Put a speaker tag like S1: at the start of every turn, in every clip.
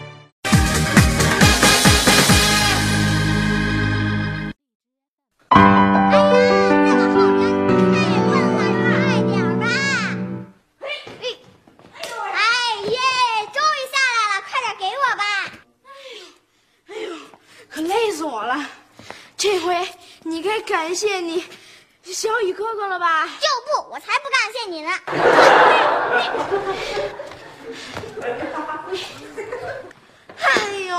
S1: 哎呀，再往后扔，你也快快玩爱点儿吧！哎耶，终于下来了，快点给我吧！
S2: 可累死我了。这回你该感谢你小雨哥哥了吧？
S1: 就不，我才不感谢你呢！
S2: 哎呦，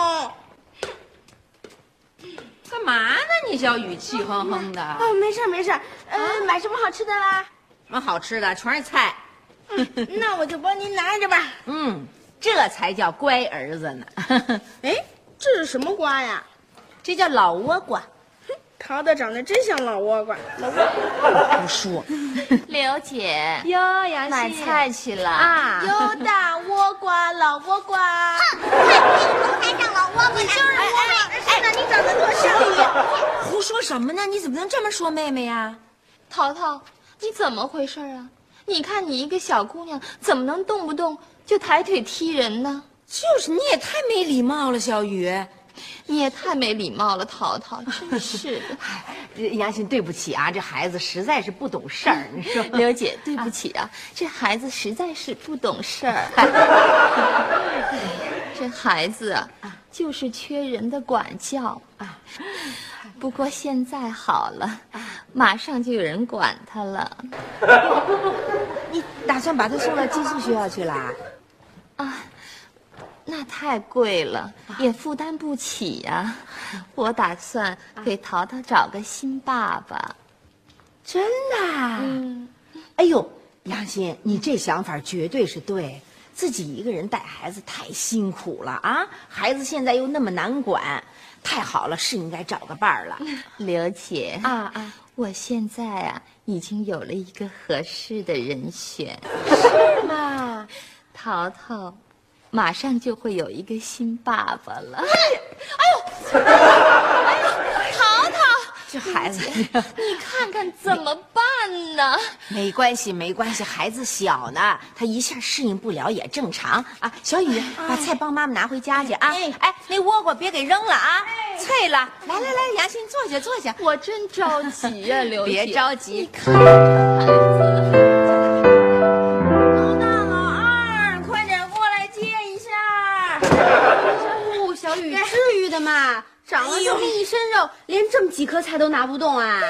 S3: 干嘛呢？你小雨气哼哼的，
S2: 哦，没事儿没事儿，呃，买什么好吃的啦？
S3: 什么好吃的，全是菜。
S2: 那我就帮您拿着吧。
S3: 嗯，这才叫乖儿子呢。
S2: 哎，这是什么瓜呀？
S3: 这叫老倭瓜。
S2: 桃子长得真像老倭瓜。
S3: 不说，
S4: 刘姐，
S2: 哟，杨
S4: 买菜去了
S2: 啊！哟，大倭瓜，老倭瓜。
S1: 还上老窝瓜呢！
S2: 是的，你长得多像你。
S3: 胡说什么呢？你怎么能这么说妹妹呀？
S4: 淘淘，你怎么回事啊？你看你一个小姑娘，怎么能动不动就抬腿踢人呢？
S3: 就是，你也太没礼貌了，小雨。
S4: 你也太没礼貌了，淘淘，真是 的。
S3: 呃杨欣，对不起啊，这孩子实在是不懂事儿。 你说，
S4: 刘姐，对不起啊，这孩子实在是不懂事 儿。这孩子啊，就是缺人的管教啊。不过现在好了，
S3: 啊
S4: 马上就有人管他了。
S3: 你打算把他送到寄宿学校去啊啦？
S4: 那太贵了，也负担不起呀、我打算
S3: 啊
S4: 给淘淘找个新爸爸。
S3: 真的啊？
S4: 嗯
S3: 哎呦，杨欣，你这想法绝对是对。自己一个人带孩子太辛苦了啊！孩子现在又那么难管，太好了，是应该找个伴儿了。
S4: 嗯刘姐啊啊，我现在啊已经有了一个合适的人选。
S3: 是吗？
S4: 淘淘，马上就会有一个新爸爸
S3: 哎
S4: 了。
S3: 这孩子，
S4: 你看看怎么办呢？
S3: 没关系，没关系，孩子小呢，他一下适应不了也正常啊。小雨，
S4: 哎
S3: 把菜帮妈妈拿回家去啊！哎，那倭瓜别给扔了啊，脆了。来来来，杨欣，坐下坐下。
S4: 哎我真着急 呀、刘姐。
S3: 别着急，
S2: 大老二，快点过来接一下！
S5: 哦，小雨，至于的嘛？长了这么一身肉，连这么几颗菜都拿不动啊！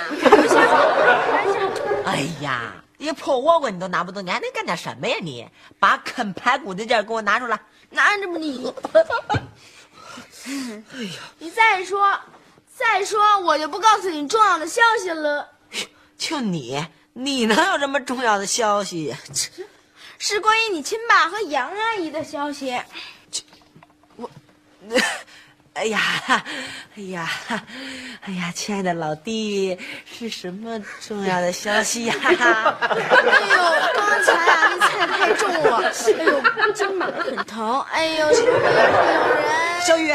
S6: 哎呀，一个破倭瓜你都拿不动，你还能干点什么呀你？把啃排骨那劲儿给我拿出来！
S2: 拿着吧你！你再说，再说，我就不告诉你重要的消息了。
S6: 就你，你能有什么重要的消息？切
S2: 是关于你亲爸和杨阿姨的消息。
S6: 哎呀，哎呀，哎呀，亲爱的老弟，是什么重要的消息呀、
S2: 哎呦，刚才啊，那菜太重了，哎呦，肩膀很疼。哎呦，是不是有人？
S6: 小雨，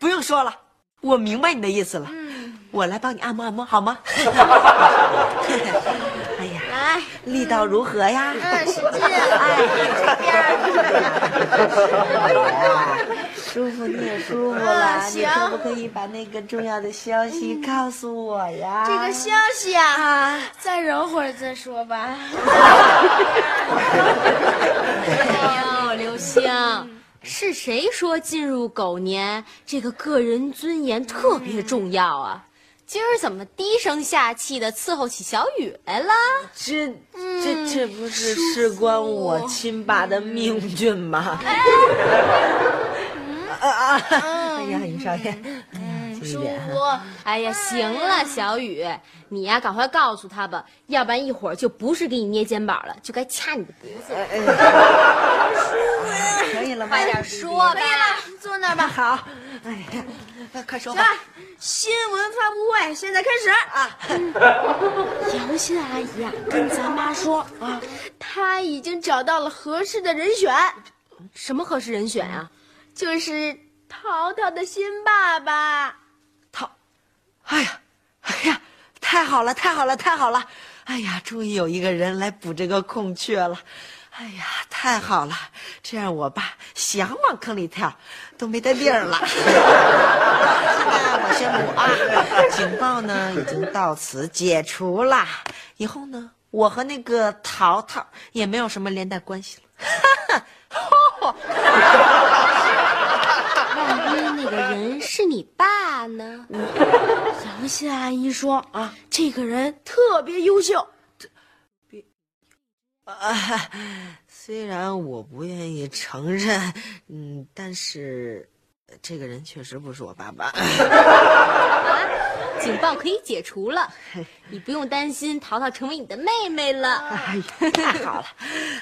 S6: 不用说了，我明白你的意思了。
S2: 嗯
S6: 我来帮你按摩按摩好吗？哎呀，
S2: 来，
S6: 力道如何呀？
S2: 嗯，使 劲，哎，这边儿。
S6: 哎舒服你也舒服
S2: 嗯
S6: 了，
S2: 行
S6: 你可不可以把那个重要的消息告诉我呀？
S2: 这个消息啊，再忍会儿再说吧。
S5: 哎呦，刘星，是谁说进入狗年这个个人尊严特别重要啊？今儿怎么低声下气的伺候起小雨来了？嗯
S6: 这这这不是事关我亲爸的命运吗？啊啊！
S5: 嗯
S6: 哎呀，于少爷，哎呀，注意点啊哈。
S5: 哎呀，行了，小雨，你呀、赶快告诉他吧，要不然一会儿就不是给你捏肩膀了，就该掐你的脖子了。
S6: 可以了吧？
S3: 哎
S6: 快点说
S2: 可以了，哎坐那儿吧。
S6: 好。哎呀，那快说吧。
S2: 新闻发布会现在开始啊！
S5: 杨欣阿姨呀、跟咱妈说啊，
S2: 她已经找到了合适的人选，
S5: 什么合适人选啊？
S2: 就是淘淘的新爸爸。
S6: 哎呀，哎呀，太好了，太好了，太好了！哎呀，终于有一个人来补这个空缺了。哎呀，太好了！这样我爸想往坑里跳，都没得地儿 了。现在我宣布啊，警报呢已经到此解除了。以后呢，我和那个淘淘也没有什么连带关系了。
S2: 那个人是你爸呢？
S7: 杨欣阿姨说啊，这个人特别优秀，
S6: 啊， 虽然我不愿意承认，嗯，但是呃这个人确实不是我爸爸。
S2: 警报可以解除了，你不用担心淘淘成为你的妹妹了。
S6: 哎呀，太好了！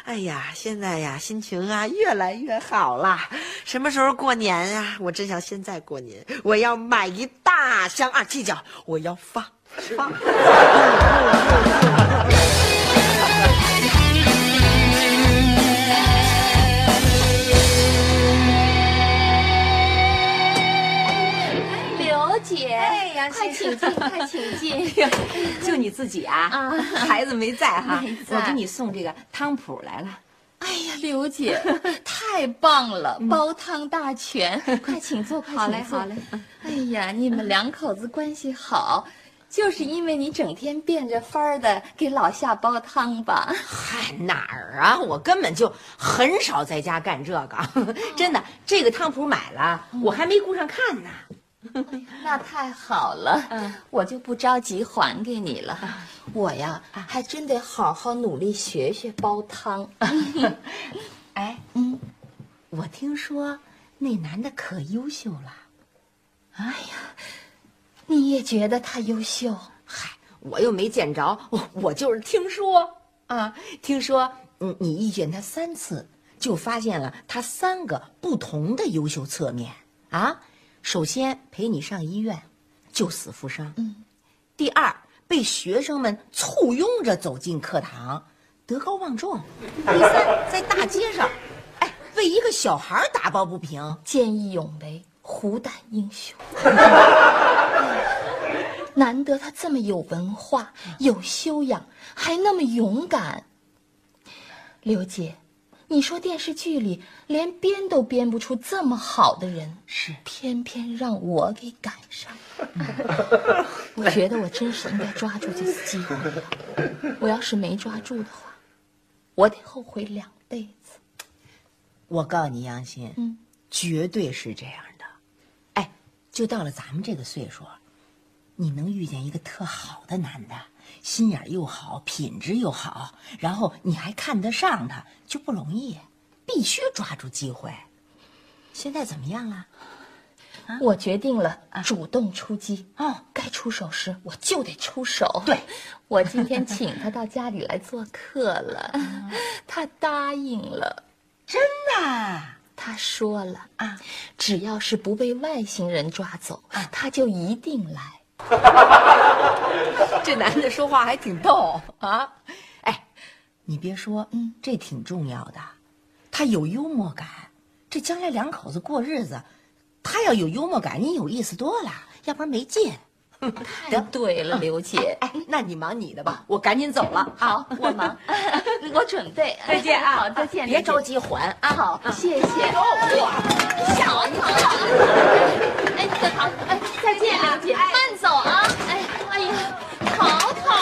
S6: 哎呀，现在呀，心情啊越来越好啦。什么时候过年啊？我真想现在过年。我要买一大箱二踢脚，我要发发。
S4: 刘姐，
S3: 哎呀
S4: 快
S3: 先
S4: 请进，快请进。
S3: 就你自己啊，
S4: 啊
S3: 孩子没在哈
S4: 没，在
S3: 我给你送这个汤谱来了。
S4: 哎呀，刘姐， 太棒了，煲汤大 全，快请坐，快请坐。嗯好嘞，好嘞。哎呀，你们两口子关系好，就是因为你整天变着法儿的给老夏煲汤吧？
S3: 嗨，哪儿啊？我根本就很少在家干这个， 真的。这个汤谱买了，我还没顾上看呢。
S4: 那太好了，我就不着急还给你了。我呀，还真得好好努力学学煲 汤。
S3: 哎，我听说那男的可优秀了。哎
S4: 你也觉得他优秀？
S3: 嗨，我又没见着，我我就是听说啊，听说嗯，你一卷他三次，就发现了他三个不同的优秀侧面啊。首先陪你上医院，救死扶伤。嗯。第二，被学生们簇拥着走进课堂，德高望重。 第三，在大街上，哎，为一个小孩儿打抱不平。
S4: 见义勇为，虎胆英雄。 难得他这么有文化、有修养，还那么勇敢。刘姐，你说电视剧里连编都编不出这么好的人，是偏偏让我给赶上了。我觉得我真是应该抓住这次机会了。我要是没抓住的话，我得后悔两辈子。
S3: 我告诉你，杨欣，
S4: 嗯，
S3: 绝对是这样的。哎，就到了咱们这个岁数，你能遇见一个特好的男的，心眼儿又好，品质又好，然后你还看得上他，就不容易，必须抓住机会。现在怎么样了？
S4: 我决定了，主动出击。
S3: 哦，
S4: 该出手时我就得出手。
S3: 对，
S4: 我今天请他到家里来做客了， 他答应了。
S3: 啊，
S4: 他说了啊，只要是不被外星人抓走，他就一定来。
S3: 这男的说话还挺逗啊！哎，你别说，嗯，这挺重要的，他有幽默感，这将来两口子过日子，他要有幽默感，你有意思多了，要不然没劲。
S4: 太对啊了，刘姐，
S3: 哎，那你忙你的吧，我赶紧走了。
S4: 好，我忙，我准备。 再见啊！好，再见。
S3: 别着
S4: 急
S3: 急还，
S4: 啊！哎好，谢谢。吓我一跳！哎，好，哎，再见啊，姐，慢走啊！哎，哎呀，淘淘，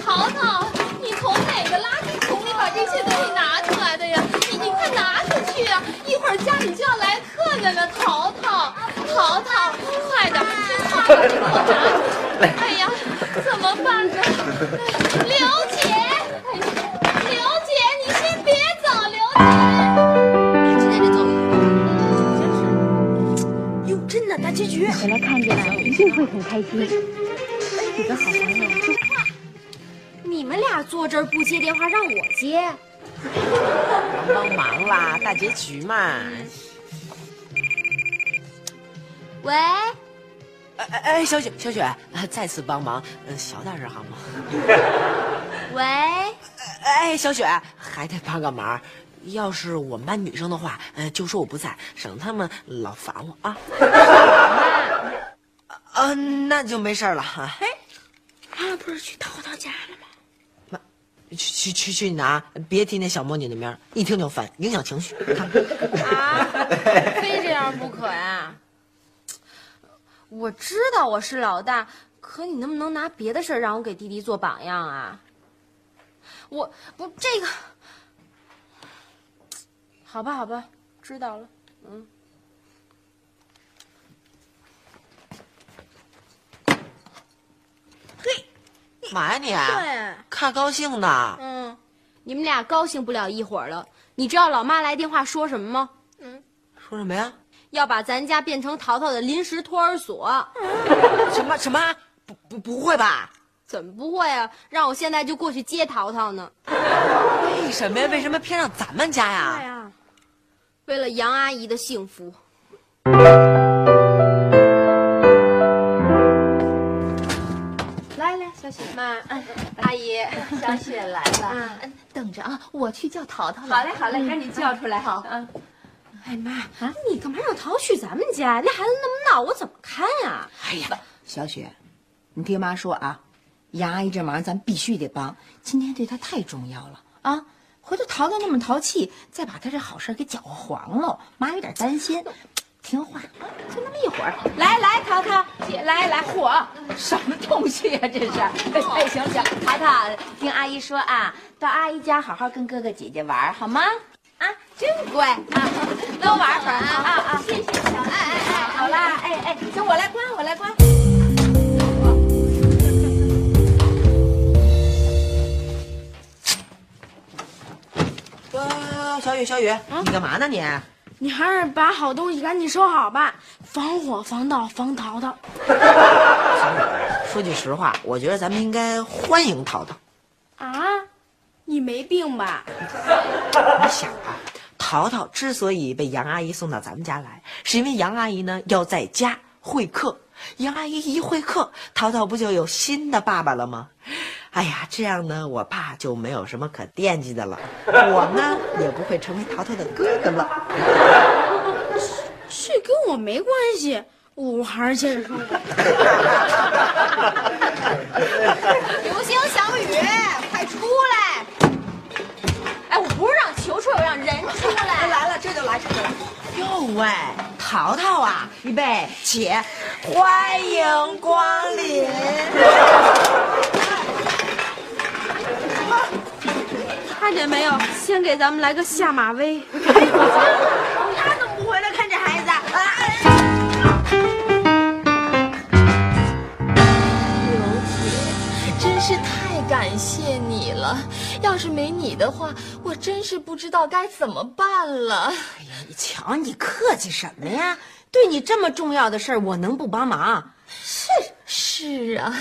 S4: 淘淘，你从哪个垃圾桶里把这些东西拿出来的呀？你你快拿出去啊！一会儿家里就要来客人了，淘淘，淘淘，快点，听话了，给我拿出去！哎呀，怎么办呢？哎刘姐，哎呀，刘姐，你先别走，刘姐。
S3: 哟，真的大结局。
S2: 你们俩坐这儿不接电话，让我接。
S6: 帮忙啦，大结局嘛。
S2: 喂，
S6: 哎哎哎，小雪，小雪，呃再次帮忙，嗯，小点声好吗？
S2: 喂，
S6: 哎，小雪，还得帮个忙。要是我们班女生的话，呃，就说我不在，省得他们老烦我呃啊。啊，那就没事儿了哈。
S2: 哎，
S7: 妈妈不是去淘淘家了吗？
S6: 妈，去去去去拿，别提那小魔女的名儿，一听就烦，影响情绪。看，
S2: 非这样不可呀、我知道我是老大，可你能不能拿别的事儿让我给弟弟做榜样啊？我不这个，好吧好吧，知道了。
S6: 嘛呀你？
S7: 啊对，
S6: 看高兴呢？
S7: 嗯，
S2: 你们俩高兴不了一会儿了。你知道老妈来电话说什么吗？
S6: 说什么呀？
S2: 要把咱家变成淘淘的临时托儿所。
S6: 什么什么？不不不会吧？
S2: 怎么不会啊？让我现在就过去接淘淘呢。
S6: 为什么呀？为什么偏让咱们家呀？
S7: 呀，
S2: 啊为了杨阿姨的幸福，
S7: 来来，小雪妈，
S4: 哎
S2: 哎
S4: 阿姨，小雪来
S2: 嗯
S4: 了。
S1: 等着啊，我去叫淘淘
S4: 好
S1: 来。
S4: 嘞，好嘞，赶紧叫出来。嗯好，
S2: 哎妈，你干嘛让淘去咱们家？那孩子那么闹，我怎么看啊呀、
S6: 哎呀，
S3: 小雪，你爹妈说啊，杨阿姨这忙咱必须得帮，今天对她太重要了啊。回头淘淘那么淘气，再把她这好事给搅和黄了，妈有点担心。听话啊，就那么一会儿。
S2: 来来，淘淘，
S3: 啊来来，嚯，什么东西呀、啊这 是？哎，行行，淘淘，听阿姨说啊，到阿姨家好好跟哥哥姐姐玩儿好吗？啊，真乖啊，都玩会儿啊啊啊！谢谢小爱，哎哎，好啦，哎哎，行，我来关，我来关。
S6: 呃，小雨小雨，你干嘛呢你？
S7: 你还是把好东西赶紧收好吧，防火、防盗、防淘淘。
S6: 说句实话，我觉得咱们应该欢迎淘淘。
S7: 啊，你没病吧？
S6: 你想啊，淘淘之所以被杨阿姨送到咱们家来，是因为杨阿姨呢要在家会客。杨阿姨一会客，淘淘不就有新的爸爸了吗？哎呀，这样呢，我爸就没有什么可惦记的了，我呢也不会成为淘淘的哥哥了。
S7: 这跟我没关系，我还是 接着说吧。
S2: 流星小雨，快出来！哎，我不是让球出来，我让人出来。来了，这就来，这就来。
S6: 哟喂，淘淘啊，预备起，欢迎光临！
S7: 看见没有？先给咱们来个下马威。
S6: 他怎么不回来看这孩子？啊！
S4: 真是太感谢你了。要是没你的话，我真是不知道该怎么办了。
S3: 你瞧，你客气什么呀？对你这么重要的事儿，我能不帮忙？
S4: 是啊，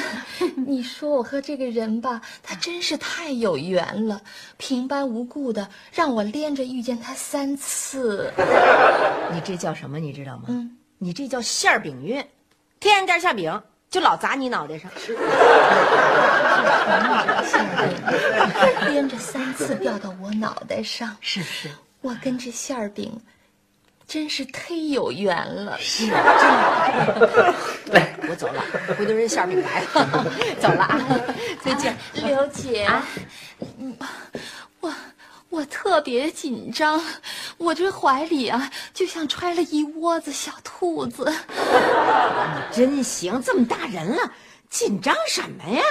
S4: 你说我和这个人吧，他真是太有缘了，平白无故的让我连着遇见他三次。
S3: 你这叫什么？你知道吗？嗯，你这叫馅儿饼运，天上掉馅饼就老砸你脑袋上。
S4: 连着三次掉到我脑袋上，
S3: 是不是？
S4: 我跟这馅儿饼真是忒有缘了。
S3: 哎我走 了，回头人馅儿饼 来了，走了啊，再见。
S4: 刘姐，嗯我我特别紧张，我这怀里啊，就像揣了一窝子小兔子。
S3: 真行，这么大人了，紧张什么呀？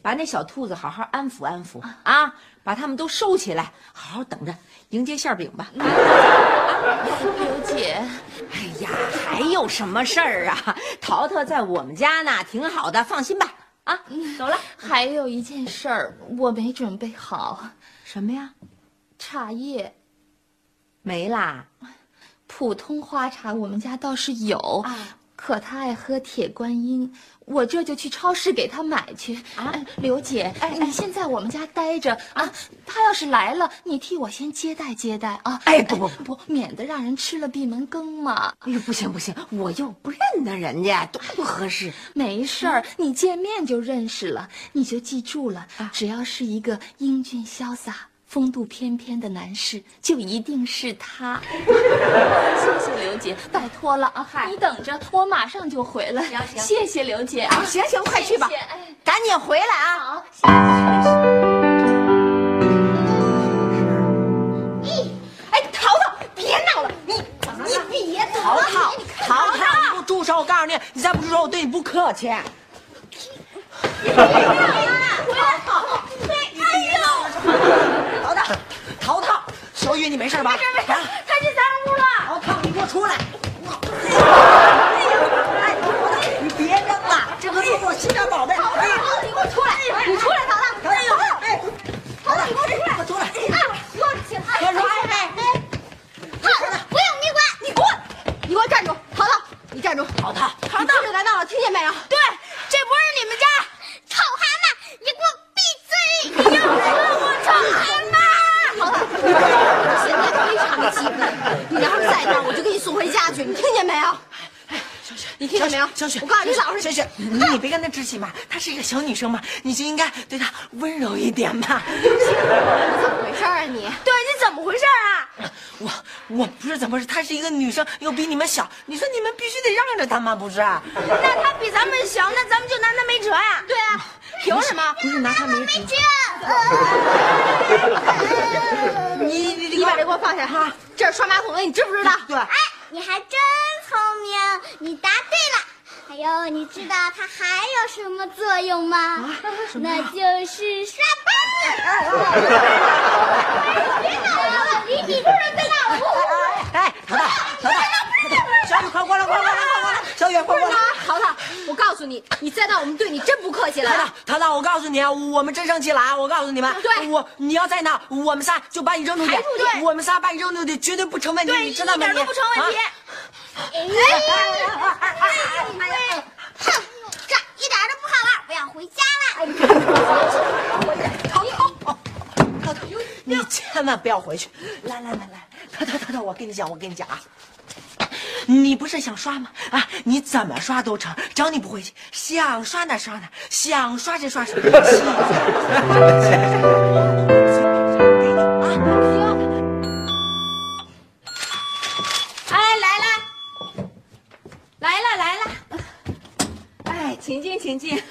S3: 把那小兔子好好安抚安抚啊，把它们都收起来，好好等着迎接馅儿饼吧。
S4: 刘姐，
S3: 哎呀，还有什么事儿啊？淘淘在我们家呢，挺好的，放心吧。啊，走了。
S4: 还有一件事儿我没准备好，
S3: 什么呀？
S4: 茶叶。
S3: 没啦。
S4: 普通花茶我们家倒是有，可他爱喝铁观音，我这就去超市给他买去。啊，刘姐，你先在我们家待着啊，他要是来了，你替我先接待接待啊。
S3: 哎不不
S4: 不，免得让人吃了闭门羹嘛。
S3: 哎呦，不行不行，我又不认得人家，多不合适。
S4: 没事儿，你啊见面就认识了，你就记住了，只要是一个英俊潇洒、风度翩翩的男士，就一定是 他。谢谢刘姐，拜托了啊！你等着，我马上就回来。行行，谢谢刘姐啊！
S3: 行行，快去吧
S4: 谢谢，哎
S3: 赶紧回来啊！
S4: 好，
S3: 哎，淘淘，别闹了，你哎你别淘淘，淘淘，你不哎住手！我告诉你，你再不住手，我对你不客气。淘淘，淘淘，小雨，你没事吧？没事没事，他进咱屋了。淘淘，你给我出来！哎，淘淘，你别扔了，这可是我心肝宝贝。淘淘，你给我出来！你出来，淘淘，淘淘，哎，淘淘，你给我出来！给我出来！我说，哎哎，
S1: 不用你管，你滚！
S3: 你给我站住！淘淘，你站住！淘淘，淘淘，别来闹了，听见没有？对，这不是你们家。
S1: 臭蛤蟆，你给我闭嘴！你要惹我臭蛤蟆！
S3: 淘淘，你现在非常气愤，你要是再闹，我就给你送回家去，你听见没有？你听见没有？
S6: 小雪，
S3: 我告诉你，老实
S6: 小雪，你你别跟她置气嘛，她是一个小女生嘛，你就应该对她温柔一点嘛。
S7: 回事儿啊你？
S3: 对，你怎么回事啊？
S6: 我我不是怎么回事，她是一个女生，又比你们小，你说你们必须得让着她嘛，不是？
S3: 那他比咱们小，那咱们就拿他没辙呀、对啊，凭什么？
S6: 不是拿她没辙。
S1: 这
S6: 你你
S3: 你把这给我放下
S7: 啊
S3: 哈！这是刷马桶的，你知不知道？
S6: 对，
S1: 哎，你还真聪明，你答对了。还有，你知道它还有什么作用吗？那就是刷班子。别闹了，你你不能再闹了。
S6: 哎，淘淘淘淘，小雨快过来，快过来，快过来，小雨快过来。
S2: 淘淘，我告诉你，你再闹，我们对你真不客气了。
S6: 淘淘，淘淘，我告诉你啊，我们真生气了啊！我告诉你
S3: 嗯
S6: 们，
S2: 对
S6: 我你要再闹，我们仨就把你扔出去，我们仨把你扔出去，绝对不成问题，你知道吗？你啊
S1: 哼，这一点都不好玩，我要回家了。
S3: 啊
S6: 淘淘，你千万不要回去！来来来来，淘淘淘淘，我跟你讲，我跟你讲啊，你不是想刷吗？啊，你怎么刷都成，只要你不回去，想刷哪刷哪，想刷谁刷谁。行行行行行行啊！
S7: 哎，来了，来了，来了。哎，请进，请进。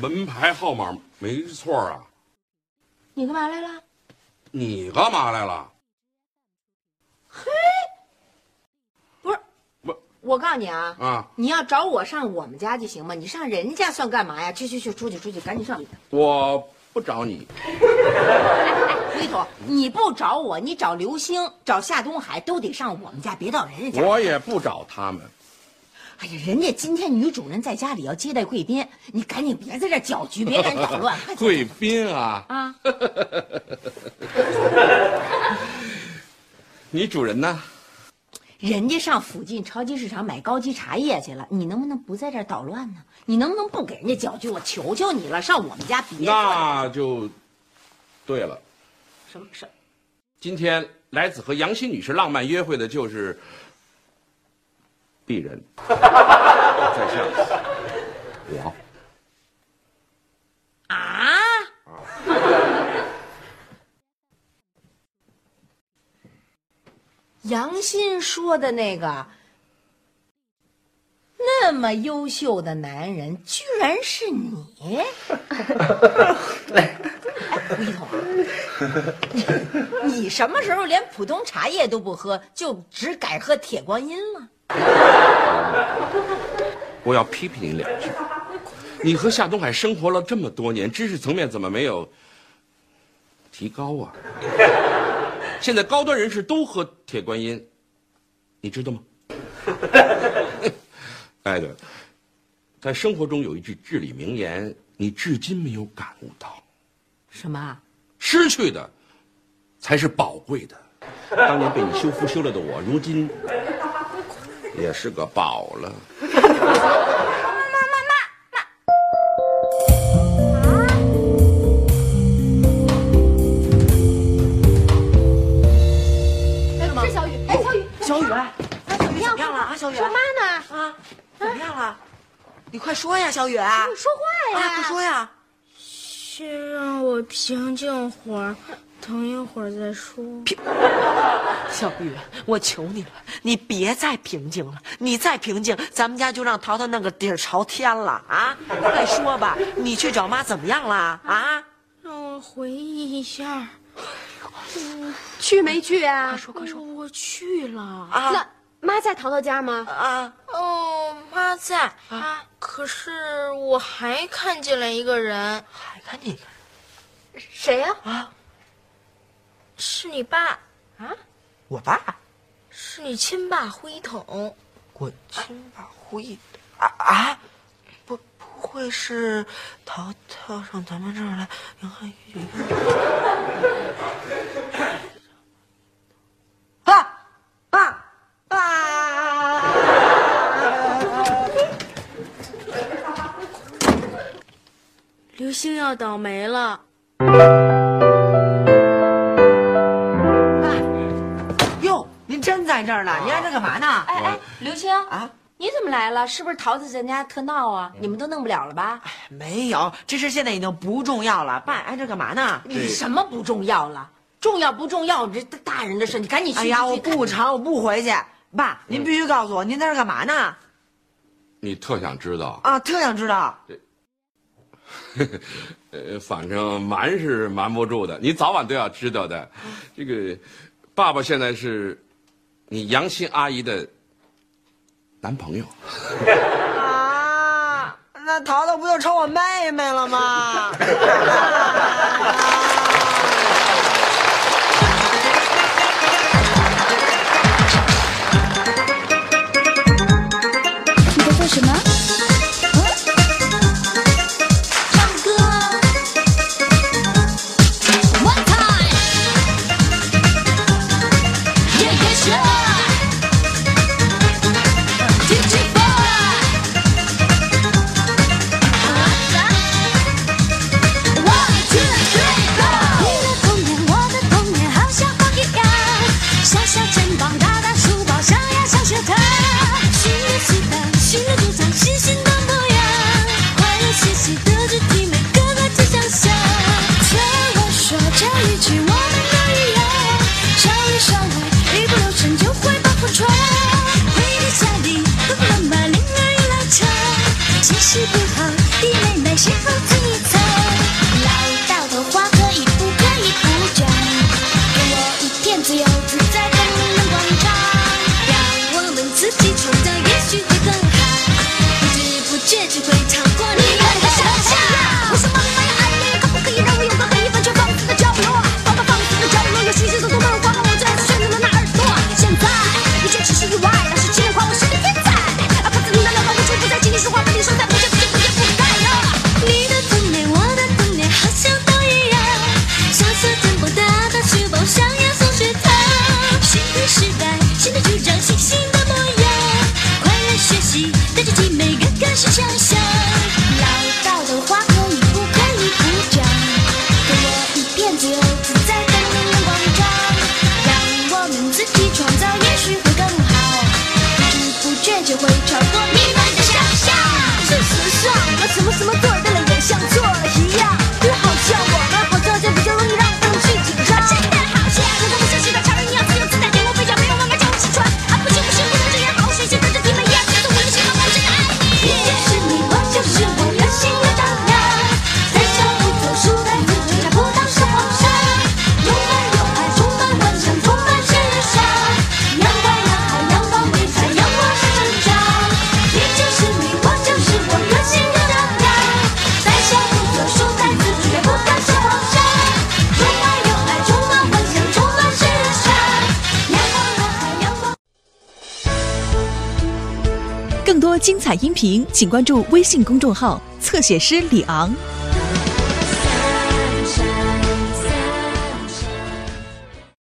S8: 门牌号码没错啊，
S7: 你干嘛来了？
S8: 你干嘛来了？
S3: 不是，
S8: 我
S3: 我告诉你啊，
S8: 啊，
S3: 你要找我上我们家就行吗？你上人家算干嘛呀？去去去，出去出去，赶紧上！
S8: 我不找你，
S3: 回头你不找我，你找刘星、找夏东海都得上我们家，别到人家家。
S8: 我也不找他们。
S3: 哎呀，人家今天女主人在家里要接待贵宾，你赶紧别在这搅局，别敢捣 乱。哎快
S8: 贵宾啊，
S3: 啊，
S8: 你主人呢？
S3: 人家上附近超级市场买高级茶叶去了，你能不能不在这儿捣乱呢？你能不能不给人家搅局？我求求你了，上我们家别。
S8: 那就对了，
S3: 什么什么？
S8: 今天来子和杨欣女士浪漫约会的就是鄙人，在下我。
S3: 啊？杨欣说的那个那么优秀的男人，居然是你！哎，吴一彤，你你什么时候连普通茶叶都不喝，就只改喝铁观音了？
S8: 我要批评你两句。你和夏东海生活了这么多年，知识层面怎么没有提高啊？现在高端人士都喝铁观音，你知道吗？ 哎，对了，在生活中有一句至理名言，你至今没有感悟到：
S3: 什么？
S8: 失去的才是宝贵的。当年被你修复修了的我，如今也是个宝了。
S7: 是小雨，哎，小雨，
S6: 小雨，哎，小雨怎么样了啊？小雨，
S7: 妈呢？
S6: 啊，怎么样了？你快说呀，小雨！啊，
S2: 说话呀！
S6: 快说呀！
S7: 先让我平静会儿，等一会儿再说。
S6: 小雨，我求你了，你别再平静了，你再平静，咱们家就让淘淘弄个底儿朝天了啊！快说吧，你去找妈怎么样了啊？
S7: 让我回忆一下，
S2: 去没去啊？
S7: 我去了。
S3: 啊
S2: 那妈在淘淘家吗？
S7: 呃
S6: 啊！
S7: 哦，妈在啊，可是我还看见了一个人，
S6: 还看你
S2: 谁呀、
S6: 啊
S7: 是你爸，啊
S6: 我爸，
S7: 是你亲爸胡一统。
S6: 我亲爸胡一啊啊！不不会是淘淘上咱们这儿来，然后有一个啊啊啊！
S7: 刘星要倒霉了。
S6: 哟，您真在这儿呢？您还在干嘛呢？
S2: 哎哎，刘星
S6: 啊，
S2: 你怎么来了？是不是桃子在家特闹啊？
S6: 嗯
S3: 你们都弄不了了吧？
S6: 没有，这事现在已经不重要了。爸，挨这干嘛呢？
S3: 你什么不重要了？重要不重要？你这大人的事，你赶紧去。
S6: 哎呀，
S3: 去
S6: 我
S3: 去
S6: 不成，我不回去。爸，您必须告诉我，您在这干嘛呢？
S8: 你特想知道，
S6: 啊，特想知道。
S8: 呃，反正瞒是瞒不住的，你早晚都要知道的。这个，爸爸现在是你杨欣阿姨的男朋友。
S6: 啊，那淘淘不就成我妹妹了吗？
S1: 你在做什么？嗯，唱歌。One time，Yeah yeah sure，DJ boy，One two three go。
S9: 你的童年，我的童年，好像风一样，小小肩膀，大大书包，上呀上学堂，新的纸板，新的主张，新新的模样，快乐学习的肢体，每个个就想象。听我说这一句，我们都一样，少里少外，一不留神就会把火闯。回到家里，爸爸妈妈铃儿又拉长，情绪不好，弟妹妹谁好听一猜？老道的话可以不可以不讲？给我一片自由自在的迷人广场，让我们自己创造，也许会更好。不知不觉就会超过你们的想象。我说妈妈呀，爱你，可不可以让我有个可以完全放肆的角落？放荡放肆的角落，有新鲜的动漫，花了我最爱选择的那耳朵。现在一切只是意外，老师亲眼夸我是个天才。啊，可自你的两行无处不在，请你说话，跟你说再不见不见不见不该哟。你的童年，我的童年，好像都一样。小小肩膀，大大书包，上呀上学堂。新的时代，新的主张，新新的模样。快乐学习，带着体每个歌是想象。老道的话可以不可以不讲？给我一片自由自在的迷人广场，让我们自己创造，也许会更好。不知不觉就会超过你们的想象。事实上，我什么什么做的了，也像做了一样。就好像我们好像就比较容易让风去紧张。真的好像如果不像是个常人一样自由自在，天空飞翔，没有妈妈叫我起床。啊，不行不行，不能这样，好水性跟着你们一样，跟着我的心动，我真爱你。你就是你，我就是我，热心又张扬，在小路走，树在自追，在葡萄是皇上。充满有爱，充满幻想，充满时尚。阳光男孩，阳光女孩，阳光是成长。你就是你，我就是我，热心又张扬，在小路走，树在自追，在葡萄是皇上。充满有爱，充满幻想，充满时尚。阳光男孩，阳光。
S10: 更多精彩音频，请关注微信公众号“侧写师李昂”。